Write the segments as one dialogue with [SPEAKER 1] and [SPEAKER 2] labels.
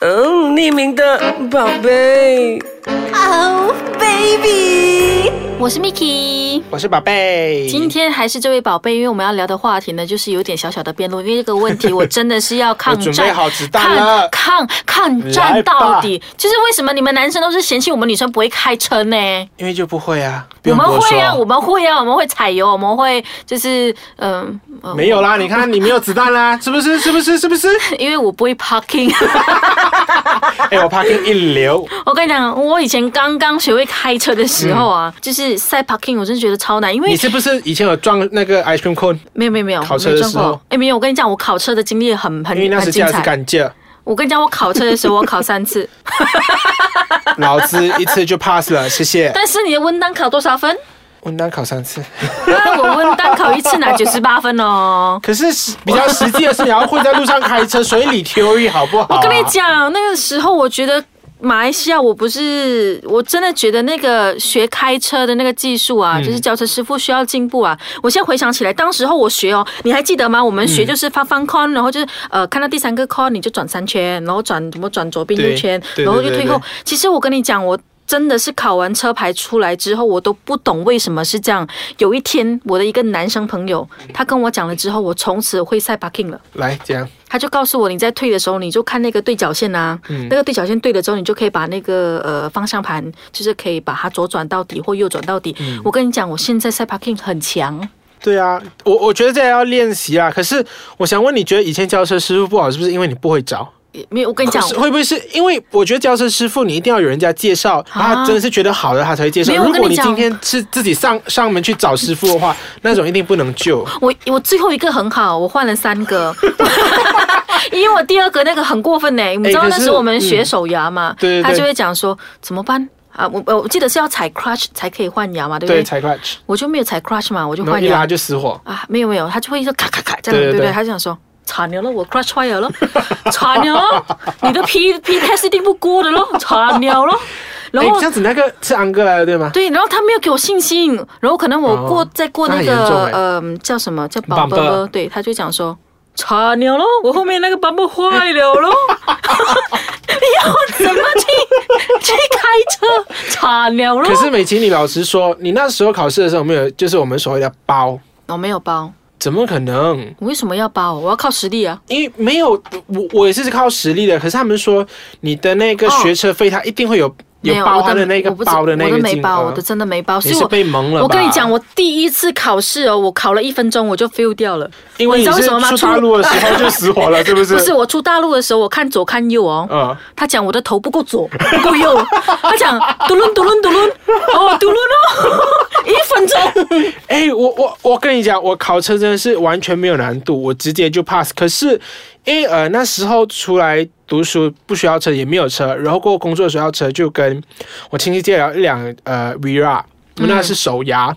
[SPEAKER 1] 嗯匿名的宝贝。
[SPEAKER 2] Oh baby，
[SPEAKER 3] 我是 Miki。
[SPEAKER 4] 我是宝贝。
[SPEAKER 3] 今天还是这位宝贝，因为我们要聊的话题呢，就是有点小小的辩论，因为这个问题我真的是要抗
[SPEAKER 4] 我
[SPEAKER 3] 战，
[SPEAKER 4] 准备好子弹了
[SPEAKER 3] 抗抗抗战
[SPEAKER 4] 来吧
[SPEAKER 3] 到底。就是为什么你们男生都是嫌弃我们女生不会开车呢？
[SPEAKER 4] 因为就不会啊，不
[SPEAKER 3] 我
[SPEAKER 4] 用
[SPEAKER 3] 们
[SPEAKER 4] 多
[SPEAKER 3] 会
[SPEAKER 4] 说。
[SPEAKER 3] 啊，我们会啊，我们会踩油，我们会就是嗯、呃
[SPEAKER 4] 没有啦，你看你没有子弹啦，是不是？是不是？是 不是？
[SPEAKER 3] 呃因为我不会 parking。
[SPEAKER 4] 哎、我 parking 一流，
[SPEAKER 3] 我跟你讲，我以前刚刚学会开车的时候啊，就是塞 parking，我真的觉得超难，因为
[SPEAKER 4] 嗯你是不是以前有撞那个 ice cream cone？
[SPEAKER 3] 没有没有没有，
[SPEAKER 4] 考车的
[SPEAKER 3] 没撞
[SPEAKER 4] 时候
[SPEAKER 3] 过。哎，没有，我跟你讲，我考车的经历很很
[SPEAKER 4] 因为那
[SPEAKER 3] 很
[SPEAKER 4] 时
[SPEAKER 3] 精
[SPEAKER 4] 驾驶
[SPEAKER 3] 彩。
[SPEAKER 4] 感觉，
[SPEAKER 3] 我跟你讲，我考车的时候，我考三次。
[SPEAKER 4] 老子一次就 pass 了，谢谢。
[SPEAKER 3] 但是你的温单考多少分？
[SPEAKER 4] 文单考三次，
[SPEAKER 3] 那我温单考一次拿九十八分哦。
[SPEAKER 4] 可是实比较实际的是你要会在路上开车，水里挑一好不好、啊
[SPEAKER 3] 我跟你，讲，那个时候我觉得。马来西亚，我不是，我真的觉得那个学开车的那个技术
[SPEAKER 4] 嗯
[SPEAKER 3] 啊，就是教车师傅需要进步啊。我现在回想起来，当时候我学哦，你还记得吗？我们学就是发方 con，、然后就是呃，看到第三个 con 你就转三圈，然后转怎么转左边
[SPEAKER 4] 对
[SPEAKER 3] 右圈，
[SPEAKER 4] 对
[SPEAKER 3] 然后就
[SPEAKER 4] 对对
[SPEAKER 3] 退后
[SPEAKER 4] 对。
[SPEAKER 3] 其实我跟你讲，我。真的是考完车牌出来之后，我都不懂为什么是这样。有一天，我的一个男生朋友，他跟我讲了之后，我从此会赛 parking 了。
[SPEAKER 4] 来讲，
[SPEAKER 3] 他就告诉我，你在退的时候，你就看那个对角线啊，
[SPEAKER 4] 嗯
[SPEAKER 3] 那个对角线对了之后，你就可以把那个呃方向盘，就是可以把它左转到底或右转到底。
[SPEAKER 4] 嗯
[SPEAKER 3] 我跟你讲，我现在赛 parking 很强，
[SPEAKER 4] 对啊，我我觉得这也要练习啊。可是我想问，你觉得以前教车师傅不好，是不是因为你不会找？
[SPEAKER 3] 也没有，我跟你讲。
[SPEAKER 4] 哦是会不会是因为我觉得教车师傅你一定要有人家介绍，然后他真的是觉得好的他才会介绍。
[SPEAKER 3] 啊没有我
[SPEAKER 4] 如
[SPEAKER 3] 跟你
[SPEAKER 4] 果你
[SPEAKER 3] 讲
[SPEAKER 4] 今天是自己上上门去找师傅的话， 那种一定不能救。
[SPEAKER 3] 我我最后一个很好，我换了三个， 因为我第二个那个很过分呢、你知道
[SPEAKER 4] 哎可是嗯
[SPEAKER 3] 那时候我们学手牙嘛，
[SPEAKER 4] 对对对
[SPEAKER 3] 他就会讲说怎么办啊？我我我记得是要踩 clutch 才可以换牙嘛，对不
[SPEAKER 4] 对，
[SPEAKER 3] 对？
[SPEAKER 4] 踩 clutch，
[SPEAKER 3] 我就没有踩 clutch 嘛，我就
[SPEAKER 4] 然后
[SPEAKER 3] 换
[SPEAKER 4] 一
[SPEAKER 3] 牙
[SPEAKER 4] 拉就死火。
[SPEAKER 3] 啊，没有没有，他就会说咔咔咔这样，
[SPEAKER 4] 对
[SPEAKER 3] 对
[SPEAKER 4] 对
[SPEAKER 3] 不对？
[SPEAKER 4] 对
[SPEAKER 3] 他就想说。惨了咯，我 crush 坏了咯， 惨了咯，你的 P P test 一定不过的咯，惨了咯。然
[SPEAKER 4] 哎，
[SPEAKER 3] 后
[SPEAKER 4] 这样子那个是安哥来的对吗？
[SPEAKER 3] 对，然后他没有给我信心，然后可能我过、
[SPEAKER 4] 哦
[SPEAKER 3] 再过那
[SPEAKER 4] 那很严重
[SPEAKER 3] 个
[SPEAKER 4] 欸
[SPEAKER 3] 呃叫什么叫
[SPEAKER 4] Bumper
[SPEAKER 3] bumper，对，他就讲说惨了咯，我后面那个 bumper 坏了咯， 你要我怎么去 去开车？惨了咯
[SPEAKER 4] 可，是美琪，你老实说，你那时候考试的时候有没有就是我们所谓的包？
[SPEAKER 3] 我没有包，
[SPEAKER 4] 怎么可能？
[SPEAKER 3] 我为什么要包？我要靠实力啊！
[SPEAKER 4] 因为没有我，我也是靠实力的。可是他们说你的那个学车费，他一定会有有
[SPEAKER 3] 哦没
[SPEAKER 4] 包
[SPEAKER 3] 我
[SPEAKER 4] 他的那个
[SPEAKER 3] 我不知
[SPEAKER 4] 包的那
[SPEAKER 3] 我
[SPEAKER 4] 个
[SPEAKER 3] 的没
[SPEAKER 4] 金
[SPEAKER 3] 包，我
[SPEAKER 4] 额
[SPEAKER 3] 的。真的没包，所
[SPEAKER 4] 你
[SPEAKER 3] 以
[SPEAKER 4] 是
[SPEAKER 3] 我
[SPEAKER 4] 被蒙了吧
[SPEAKER 3] 我跟你讲，我第一次考试哦，我考了一分钟我就 fail 掉了，
[SPEAKER 4] 因为
[SPEAKER 3] 你
[SPEAKER 4] 你
[SPEAKER 3] 知道为
[SPEAKER 4] 是
[SPEAKER 3] 什么吗？
[SPEAKER 4] 出大陆的时候就死火 了，是不是？
[SPEAKER 3] 不是我出大陆的时候，我看左看右哦。
[SPEAKER 4] 嗯
[SPEAKER 3] 他讲我的头不够左，不够右。他讲嘟噜嘟噜嘟噜，哦嘟噜哦，一分钟。
[SPEAKER 4] 哎、我我我跟你讲，我考车真的是完全没有难度，我直接就 pass。可是因为呃那时候出来读书不需要车，也没有车，然后过后工作的时候要车，就跟我亲戚借了一辆呃 Vira，我那是手牙。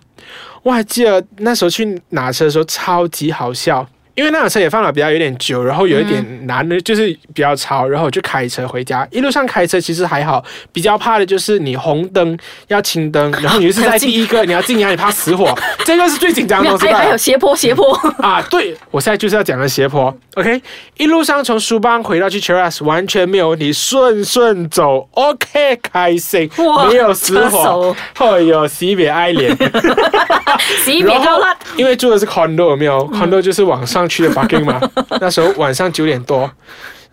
[SPEAKER 4] 我还记得那时候去拿车的时候超级好笑。因为那辆车也放了比较有点久，然后有一
[SPEAKER 3] 嗯
[SPEAKER 4] 点难的，就是比较吵，然后我就开车回家。一路上开车其实还好，比较怕的就是你红灯要青灯，然后你就是在第 一个，你要进牙，你怕死火，这个是最紧张
[SPEAKER 3] 没
[SPEAKER 4] 的
[SPEAKER 3] 有，
[SPEAKER 4] 东
[SPEAKER 3] 还
[SPEAKER 4] 西
[SPEAKER 3] 有哎还有
[SPEAKER 4] 吧。
[SPEAKER 3] 斜坡斜坡。
[SPEAKER 4] 啊，对，我现在就是要讲的斜坡，OK，一路上从苏邦回到去 Cheras 完全没有问题，顺顺走，OK，开心，
[SPEAKER 3] 哇
[SPEAKER 4] 没有死
[SPEAKER 3] 车手
[SPEAKER 4] 火，哎呦，惜别爱怜，
[SPEAKER 3] 级别
[SPEAKER 4] 然
[SPEAKER 3] 高
[SPEAKER 4] 后
[SPEAKER 3] 了，
[SPEAKER 4] 因为住的是 condo 有没有？condo 就是往上去的 parking 嘛。那时候晚上九点多，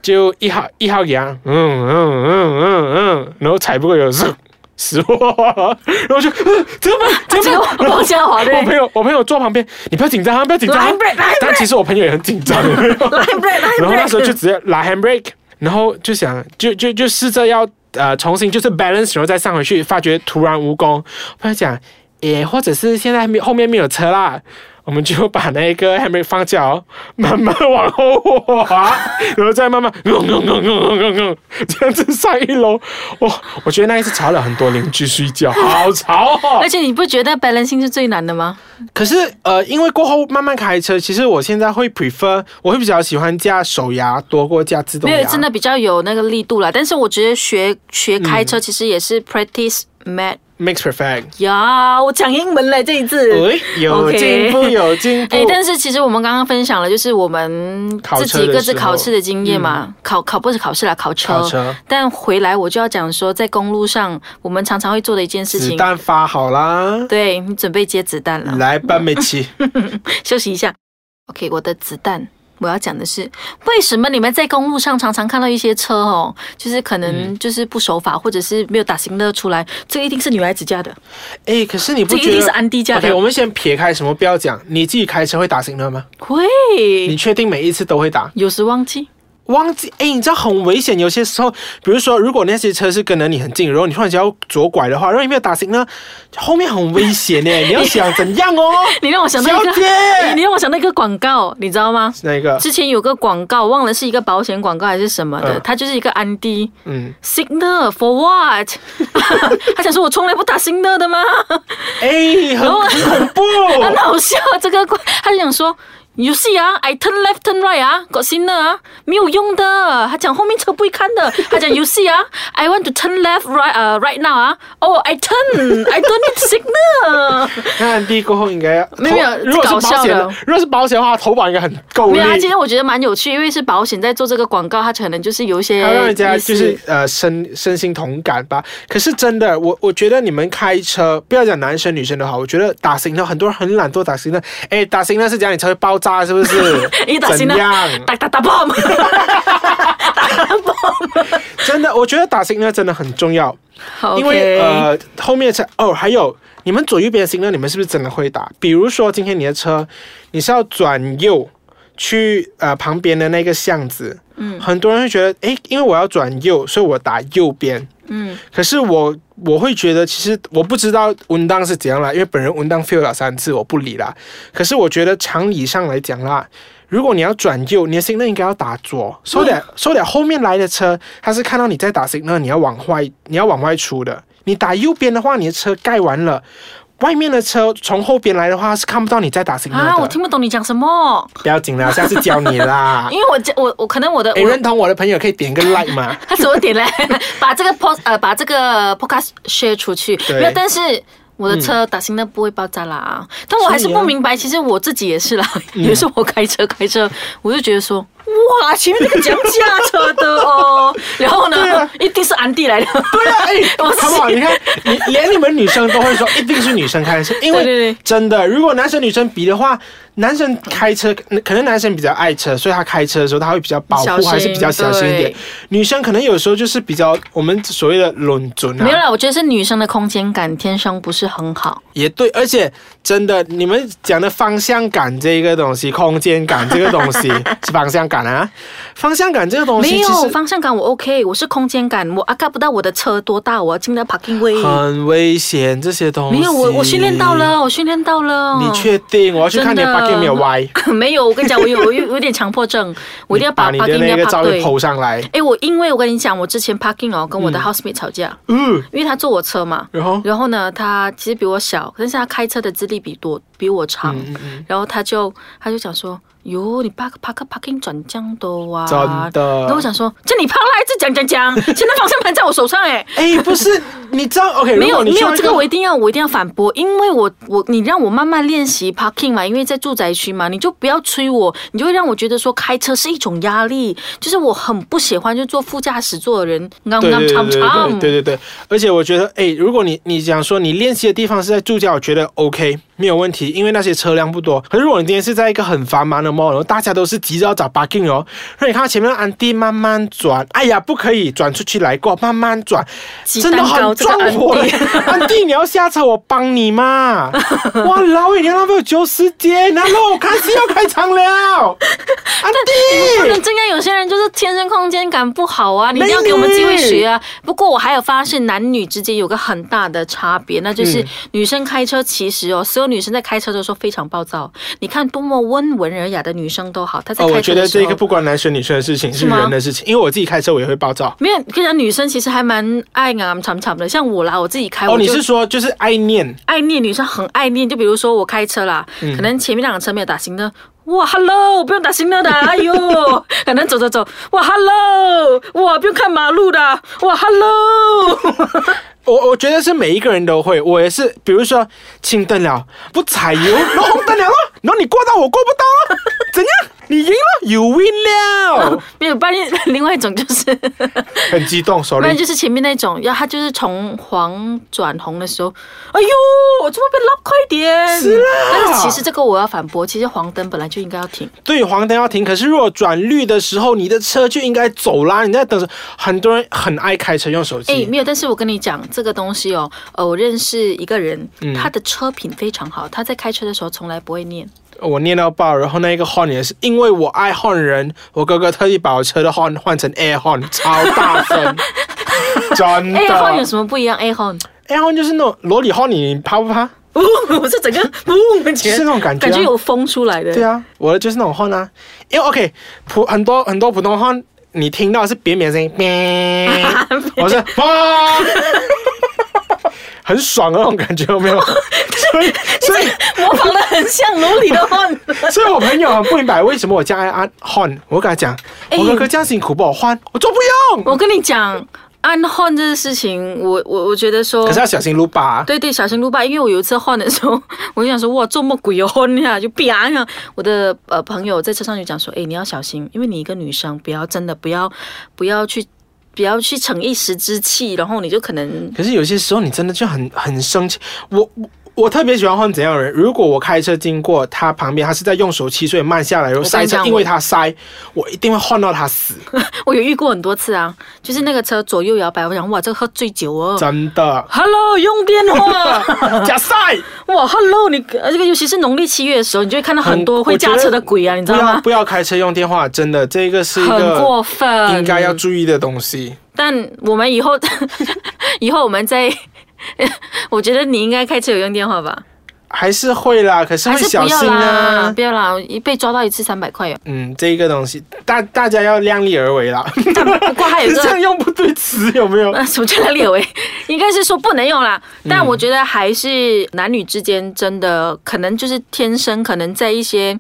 [SPEAKER 4] 就一号一号羊，嗯嗯嗯嗯嗯，然后踩不过有时候死我， 然后我就、呃、怎么办 怎
[SPEAKER 3] 这
[SPEAKER 4] 么
[SPEAKER 3] 个
[SPEAKER 4] 办？
[SPEAKER 3] 王嘉华对
[SPEAKER 4] 我朋友我朋友坐旁边，你不要紧张啊，不要紧张啊
[SPEAKER 3] 来 break，来 break
[SPEAKER 4] 但其实我朋友也很紧张。有没有
[SPEAKER 3] 来不来来
[SPEAKER 4] 然后那时候就直接拉 handbrake，然后就想就就就试着要呃重新就是 balance，然后再上回去，发觉徒然无功。他讲，也或者是现在还没后面没有车啦。我们就把那个 handbrake 放脚，慢慢往后滑， 然后再慢慢嗡嗡嗡嗡嗡嗡嗡，这样子上一楼。哇、我觉得那一次吵了很多邻居睡觉，好吵哦
[SPEAKER 3] 而。且你不觉得 balancing 是最难的吗？
[SPEAKER 4] 可是呃，因为过后慢慢开车，其实我现在会 prefer，我会比较喜欢驾手牙多过驾自动
[SPEAKER 3] 没
[SPEAKER 4] 牙。
[SPEAKER 3] 有，
[SPEAKER 4] 嗯
[SPEAKER 3] 真的比较有那个力度啦。但是我觉得学学开车其实也是 practice mad
[SPEAKER 4] makes perfect。
[SPEAKER 3] 呀，我讲英文了这一次。
[SPEAKER 4] 哎，有
[SPEAKER 3] OK
[SPEAKER 4] 进步，有进步
[SPEAKER 3] 哎、。但是其实我们刚刚分享了，就是我们
[SPEAKER 4] 考
[SPEAKER 3] 自
[SPEAKER 4] 车的
[SPEAKER 3] 己各自
[SPEAKER 4] 时候嗯
[SPEAKER 3] 考试的经验嘛，考考不是考试啦，考车。
[SPEAKER 4] 考车
[SPEAKER 3] 但回来我就要讲说，在公路上我们常常会做的一件事
[SPEAKER 4] 子
[SPEAKER 3] 情，
[SPEAKER 4] 弹发好啦，
[SPEAKER 3] 对你准备接子弹了，
[SPEAKER 4] 来吧，美 琪。
[SPEAKER 3] 休息一下。OK，我的子弹。我要讲的是，为什么你们在公路上常常看到一些车哦，就是可
[SPEAKER 4] 嗯
[SPEAKER 3] 能就是不守法，或者是没有打行乐出来，这一定是女孩子家的，
[SPEAKER 4] 哎，可是你不
[SPEAKER 3] 这一
[SPEAKER 4] 觉
[SPEAKER 3] 定是
[SPEAKER 4] 得
[SPEAKER 3] 安迪家的。
[SPEAKER 4] ？OK，我们先撇开什么不要讲，你自己开车会打行了吗？你
[SPEAKER 3] 会
[SPEAKER 4] 确定每一次都会打？
[SPEAKER 3] 有时忘记，
[SPEAKER 4] 忘记哎，你知道很危险，有些时候，比如说，如果那些车是跟着你很近，然后你突然间要左拐的话，然后你没有打行呢，后面很危险呢。你要想怎样哦？
[SPEAKER 3] 你让我想到一个
[SPEAKER 4] 小姐，
[SPEAKER 3] 你你让我想到一个广告，你知道吗？
[SPEAKER 4] 那个，
[SPEAKER 3] 之前有个广告，忘了是一个保险广告还是什么的，
[SPEAKER 4] 嗯
[SPEAKER 3] 它就是一个安迪
[SPEAKER 4] 嗯，
[SPEAKER 3] signal for what？他想说我从来不打 signal 的吗？
[SPEAKER 4] 哦哎，很
[SPEAKER 3] 然后
[SPEAKER 4] 很恐怖。
[SPEAKER 3] 很好笑，这个广他就想说。You see 啊，I turn left turn right 啊，got signal 啊，没有用的。他讲后面车不会看的。他讲 You see 啊，I want to turn left right 呃、right now 啊，Oh I turn，I don't need signal。
[SPEAKER 4] 那安迪过后应该要
[SPEAKER 3] 没有没有
[SPEAKER 4] 投如果是
[SPEAKER 3] 搞笑
[SPEAKER 4] 保险的
[SPEAKER 3] 的，
[SPEAKER 4] 如果是保险的话，投保应该很够
[SPEAKER 3] 没
[SPEAKER 4] 力
[SPEAKER 3] 有，啊，今天我觉得蛮有趣，因为是保险在做这个广告，它可能就是有一些
[SPEAKER 4] 它让人家
[SPEAKER 3] 意思？
[SPEAKER 4] 就是呃身身心同感吧。可是真的，我我觉得你们开车，不要讲男生女生的好，我觉得打行的很多人很懒惰打行的，哎，打行的是讲你车会爆炸是不是
[SPEAKER 3] 一打
[SPEAKER 4] 怎
[SPEAKER 3] 心呢
[SPEAKER 4] 样？，
[SPEAKER 3] 打打打 bomb，打打 bomb。
[SPEAKER 4] 真的，我觉得打行呢真的很重要。
[SPEAKER 3] 好，
[SPEAKER 4] 因为呃，后面车哦，还有你们左右边的行呢，你们是不是真的会打？比如说今天你的车，你是要转右去呃旁边的那个巷子，嗯，很多人会觉得，诶，因为我要转右，所以我打右边，嗯，可是我我会觉得，其实我不知道文档是怎样啦，因为本人文档 fail 了三次，我不理啦。可是我觉得常理上来讲啦。如果你要转右，你的 signal 应该要打左，so that so that 后面来的车，它是看到你在打 signal，你要往外你要往外出的。你打右边的话，你的车盖完了，外面的车从后边来的话是看不到你在打 signal 的。
[SPEAKER 3] 啊，我听不懂你讲什么，
[SPEAKER 4] 不要紧啦，下次教你 啦
[SPEAKER 3] 因。为我这我我可能我的
[SPEAKER 4] 诶，
[SPEAKER 3] 我
[SPEAKER 4] 认同我的朋友可以点个 like 嘛。
[SPEAKER 3] 他怎么 点嘞？把这个 pod 呃把这个 podcast share 出去，
[SPEAKER 4] 对
[SPEAKER 3] 没有，但是。我的车打新的不会爆炸啦，但我还是
[SPEAKER 4] 所以啊嗯
[SPEAKER 3] 不明白。其实我自己也是啦，有时候我开车开车，我就觉得说，哇，前面那个讲驾车的哦， 然后
[SPEAKER 4] 对
[SPEAKER 3] 呢
[SPEAKER 4] 啊，
[SPEAKER 3] 一定是安迪 来的，
[SPEAKER 4] 对啊，哎、
[SPEAKER 3] 我
[SPEAKER 4] 好不好？你看，你连你们女生都会说，一定是女生开车，因
[SPEAKER 3] 对对
[SPEAKER 4] 为
[SPEAKER 3] 对
[SPEAKER 4] 真的，如果男生女生比的话，男生开车可能男生比较爱车，所以他开车的时候他会比较保
[SPEAKER 3] 小
[SPEAKER 4] 护，
[SPEAKER 3] 心
[SPEAKER 4] 还是比较小心一点
[SPEAKER 3] 对。
[SPEAKER 4] 女生可能有时候就是比较我们所谓的论准
[SPEAKER 3] 没有
[SPEAKER 4] 啊，
[SPEAKER 3] 啦，我觉得是女生的空间感天生不是很好。
[SPEAKER 4] 也对，而且真的，你们讲的方向感这个东西，空间感这个东西是方向 感啊，方向感这个东西
[SPEAKER 3] 没
[SPEAKER 4] 哦其
[SPEAKER 3] 有
[SPEAKER 4] 实
[SPEAKER 3] 方向感，我 OK，我是空间感，我啊看不到我的车多大，我要进到 parking 位。
[SPEAKER 4] 很危险，这些东西
[SPEAKER 3] 没有，我我训练到。了，我训练到了。
[SPEAKER 4] 你确定？我要去看你的
[SPEAKER 3] 真的
[SPEAKER 4] bucket 没有歪。
[SPEAKER 3] 没有？我跟你讲，我有我有有点强迫症，我一定要把
[SPEAKER 4] 你的
[SPEAKER 3] parking
[SPEAKER 4] 那
[SPEAKER 3] 要
[SPEAKER 4] 个
[SPEAKER 3] park
[SPEAKER 4] 照片
[SPEAKER 3] 对。
[SPEAKER 4] 抛上来，
[SPEAKER 3] 哎，我因为我跟你讲，我之前 parking 哦，跟我的 housemate 吵架，
[SPEAKER 4] 嗯，
[SPEAKER 3] 因为他坐我车嘛。
[SPEAKER 4] 然后
[SPEAKER 3] 然后呢，他其实比我小，但是他开车的资历比多比我长，
[SPEAKER 4] 嗯
[SPEAKER 3] 然后他就他就讲说，哟，你 park park parking 转这样多啊，
[SPEAKER 4] 真的
[SPEAKER 3] 然后我想说，这你胖啦，一直讲讲讲， 现在方向盘在我手上哎、
[SPEAKER 4] 哎，不是，你知道 OK？
[SPEAKER 3] 没
[SPEAKER 4] 哎如
[SPEAKER 3] 有
[SPEAKER 4] 果你
[SPEAKER 3] 没
[SPEAKER 4] 去
[SPEAKER 3] 有，
[SPEAKER 4] 那
[SPEAKER 3] 这个我一定要我一定要反驳，因为我我你让我慢慢练习 parking 嘛，因为在住宅区嘛，你就不要催我，你就会让我觉得说开车是一种压力，就是我很不喜欢就坐副驾驶座的人刚
[SPEAKER 4] 对
[SPEAKER 3] 刚
[SPEAKER 4] 对对
[SPEAKER 3] 长
[SPEAKER 4] 对对
[SPEAKER 3] 长，
[SPEAKER 4] 对对对，而且我觉得，哎，如果你你讲说你练习的地方是在住家，我觉得 OK 没有问题，因为那些车辆不多。可是如果你今天是在一个很繁忙的 mall，然后大家都是急着要找 parking 哦，那你看到前面的安迪慢慢转，哎呀，不可以转出去来过，慢慢转，
[SPEAKER 3] 鸡
[SPEAKER 4] 真的
[SPEAKER 3] 蛋糕
[SPEAKER 4] 很
[SPEAKER 3] 这个
[SPEAKER 4] 壮火
[SPEAKER 3] 安
[SPEAKER 4] 嘞
[SPEAKER 3] 迪。
[SPEAKER 4] 安迪，你要下车，我帮你 嘛。哇，老伟，你要浪费我久时间，然后我看戏要开场 了。安
[SPEAKER 3] 不能
[SPEAKER 4] 迪，
[SPEAKER 3] 这样，有些人就是天生空间感不好啊，你一定要
[SPEAKER 4] 没
[SPEAKER 3] 给我们机会
[SPEAKER 4] 有
[SPEAKER 3] 学啊。不过我还有发现男女之间有个很大的差别，那就是
[SPEAKER 4] 嗯
[SPEAKER 3] 女生开车其实哦，所有女生在开车的时候非常暴躁。你看多么温文尔雅的女生都好，她在
[SPEAKER 4] 哦，我
[SPEAKER 3] 开
[SPEAKER 4] 觉
[SPEAKER 3] 车
[SPEAKER 4] 得
[SPEAKER 3] 的时
[SPEAKER 4] 这
[SPEAKER 3] 候。
[SPEAKER 4] 个不关男生女生的事情，是
[SPEAKER 3] 吗
[SPEAKER 4] 人的事情。因为我自己开车，我也会暴躁。
[SPEAKER 3] 没有，跟你讲，女生其实还蛮爱啊惨惨的。像我啦，我自己开，
[SPEAKER 4] 哦，
[SPEAKER 3] 哎我
[SPEAKER 4] 你
[SPEAKER 3] 就是
[SPEAKER 4] 说就是爱念？
[SPEAKER 3] 爱念，女生很爱念。就比如说我开车啦，
[SPEAKER 4] 嗯
[SPEAKER 3] 可能前面两辆车没有打行灯，哇，hello，不用打行灯 的，哎呦，可能走走走，哇，hello，哇，不用看马路的，哇，hello，
[SPEAKER 4] 我我觉得是每一个人都会，我也是，比如说青灯了不踩油，然后红灯了 咯，然后你过到我过不到了，怎样？你赢了，you win 了，
[SPEAKER 3] 没有，不然另外一种就是，
[SPEAKER 4] 很激动
[SPEAKER 3] 不然
[SPEAKER 4] ，sorry，
[SPEAKER 3] 就是前面那种，要他就是从黄转红的时候，哎呦，我这么被拉快点。
[SPEAKER 4] 是啦
[SPEAKER 3] 但是其实这个我要反驳，其实黄灯本来就应该要停。
[SPEAKER 4] 对，黄灯要停，可是如果转绿的时候，你的车就应该走啦，你在等着。很多人很爱开车用手
[SPEAKER 3] 哎，
[SPEAKER 4] 机，
[SPEAKER 3] 没有，但是我跟你讲这个东西哦，呃，我认识一个人，
[SPEAKER 4] 嗯
[SPEAKER 3] 他的车品非常好，他在开车的时候从来不会念。
[SPEAKER 4] 我念到爆，然后那一个 horn 也是，因为我爱 horn 人，我哥哥特意把我车的 horn 换成 air horn，超 大声，真
[SPEAKER 3] A
[SPEAKER 4] 的。
[SPEAKER 3] horn 哎有什么不一样？A horn，
[SPEAKER 4] air horn 就是那种萝莉 horn，你怕不怕？
[SPEAKER 3] 我是整 个，我
[SPEAKER 4] 就是那种感觉、啊，
[SPEAKER 3] 感觉有风出来的。
[SPEAKER 4] 对啊，我的就是那种 horn 啊，因为 OK 普很多很多普通 horn，你听到是扁扁的 声音，咩我是哇， 很爽的那种感觉，有 没有？所以所以
[SPEAKER 3] 模仿的很像楼 里的 horn。
[SPEAKER 4] 所以我朋友很不明白为什么我这样爱按 horn，我跟他讲，
[SPEAKER 3] 哎哦
[SPEAKER 4] 我哥哥这样辛苦帮我换，我说不用，
[SPEAKER 3] 我跟你讲，按 horn 这个事情，我我我觉得说
[SPEAKER 4] 可是。要小心撸吧。
[SPEAKER 3] 对对，小心路霸！因为我有一次换的时候， 我就想说，哇，这么鬼哦，换呀，就啪呀！我的呃朋友在车上就讲说，哎，你要小心，因为你一个女生，不要真的不要不要去不要去逞一时之气，然后你就可能
[SPEAKER 4] 可是有些时候你真的就很很生气。我我我特别喜欢换怎样的人？如果我开车经过他旁边，他是在用手气，所以慢下来，然后
[SPEAKER 3] 你
[SPEAKER 4] 塞车，
[SPEAKER 3] 讲
[SPEAKER 4] 因为他塞，我一定会换到他死，
[SPEAKER 3] 我有遇过很多次啊，就是那个车左右摇摆，我想哇，这个喝醉酒哦。。
[SPEAKER 4] 真的
[SPEAKER 3] Hello，用电话。
[SPEAKER 4] 假 塞，
[SPEAKER 3] 哇，Hello，你呃，这个尤其是农历七月的时候，你就会看到很多会驾车的鬼啊，你知道
[SPEAKER 4] 不要
[SPEAKER 3] 吗？
[SPEAKER 4] 不要开车用电话，真的，这个是一
[SPEAKER 3] 很过
[SPEAKER 4] 个
[SPEAKER 3] 分，
[SPEAKER 4] 应该要。注意的东西。
[SPEAKER 3] 但我们以后， 以后我们再， 我觉得你应该开车有用电话吧，
[SPEAKER 4] 还是会啦，可是
[SPEAKER 3] 还
[SPEAKER 4] 会
[SPEAKER 3] 是
[SPEAKER 4] 小
[SPEAKER 3] 不要
[SPEAKER 4] 心
[SPEAKER 3] 啦
[SPEAKER 4] 啊，。
[SPEAKER 3] 不要啦，一被抓到一次三百块哟。哦
[SPEAKER 4] 嗯，这个东西大大家要量力而为啦。
[SPEAKER 3] 不过还有一个
[SPEAKER 4] 这样用不对词，有没有？嗯
[SPEAKER 3] 啊， 什么叫列为？应该是说不能用啦。但我觉得还是男女之间真的可能就是天生可能在一些，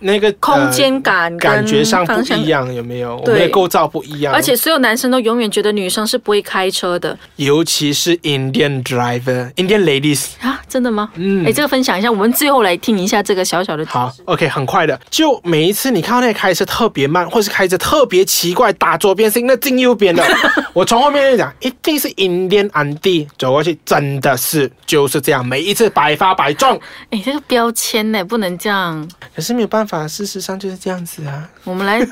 [SPEAKER 4] 那个
[SPEAKER 3] 空
[SPEAKER 4] 呃
[SPEAKER 3] 间感跟
[SPEAKER 4] 感觉上不
[SPEAKER 3] 方向
[SPEAKER 4] 一样，有没有？我
[SPEAKER 3] 对
[SPEAKER 4] 们的构造不一样，
[SPEAKER 3] 而且所有男生都永远觉得女生是不会开车的
[SPEAKER 4] 尤其是 Indian driver、Indian ladies。
[SPEAKER 3] 啊，真的吗？
[SPEAKER 4] 嗯
[SPEAKER 3] 哎，这个分享一下，我们最后来听一下这个小小的。
[SPEAKER 4] 好，OK，很快的。就每一次你看到那个开车特别慢，或是开车特别奇怪，打左边是那进右 边的，我从后面就讲，一定是 Indian Andy 走过去，真的是就是这样，每一次百发百中。
[SPEAKER 3] 哎，这个标签呢，不能这样。
[SPEAKER 4] 可是没有办法，事实上就是这样子啊。
[SPEAKER 3] 我们 来，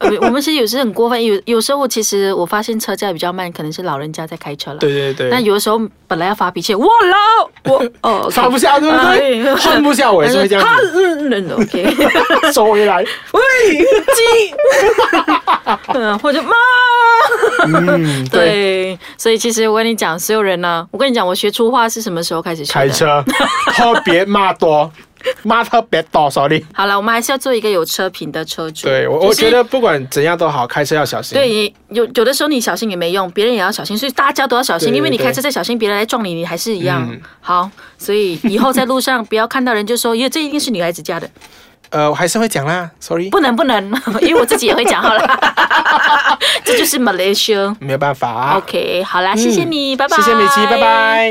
[SPEAKER 3] 呃我们其实有时很过分，有有时候其实我发现车架比较慢，可能是老人家在开车了。
[SPEAKER 4] 对对对，
[SPEAKER 3] 那有的时候本来要发脾气，我老我 哦，
[SPEAKER 4] 放不下对不对
[SPEAKER 3] 哎
[SPEAKER 4] 放不下我也是会这样子
[SPEAKER 3] 他嗯嗯，OK，
[SPEAKER 4] 收回来。
[SPEAKER 3] 喂，鸡， 嗯，或者妈，
[SPEAKER 4] 嗯，对，
[SPEAKER 3] 对，所以其实我跟你讲，所有人呢、我跟你讲，我学粗话是什么时候开始学的？
[SPEAKER 4] 开车特别骂多， 骂特别多，sorry。
[SPEAKER 3] 好了，我们还是要做一个有车品的车主。
[SPEAKER 4] 对我，
[SPEAKER 3] 就是
[SPEAKER 4] 我觉得不管怎样都好，开车要小心。
[SPEAKER 3] 对，你有有的时候你小心也没用，别人也要小心，所以大家都要小心，
[SPEAKER 4] 对
[SPEAKER 3] 因为你
[SPEAKER 4] 对
[SPEAKER 3] 开车再小心，别人来撞你，你还是一样。
[SPEAKER 4] 嗯
[SPEAKER 3] 好，所以以后在路上不要看到人就说，耶，这一定是女孩子家的，
[SPEAKER 4] 呃，我还是会讲啦，sorry，
[SPEAKER 3] 不能不能， 因为我自己也会讲好 了，这就是 Malaysia。
[SPEAKER 4] 没有办法。啊
[SPEAKER 3] OK，好啦，谢谢你，拜拜。
[SPEAKER 4] 嗯谢谢美琪，拜拜。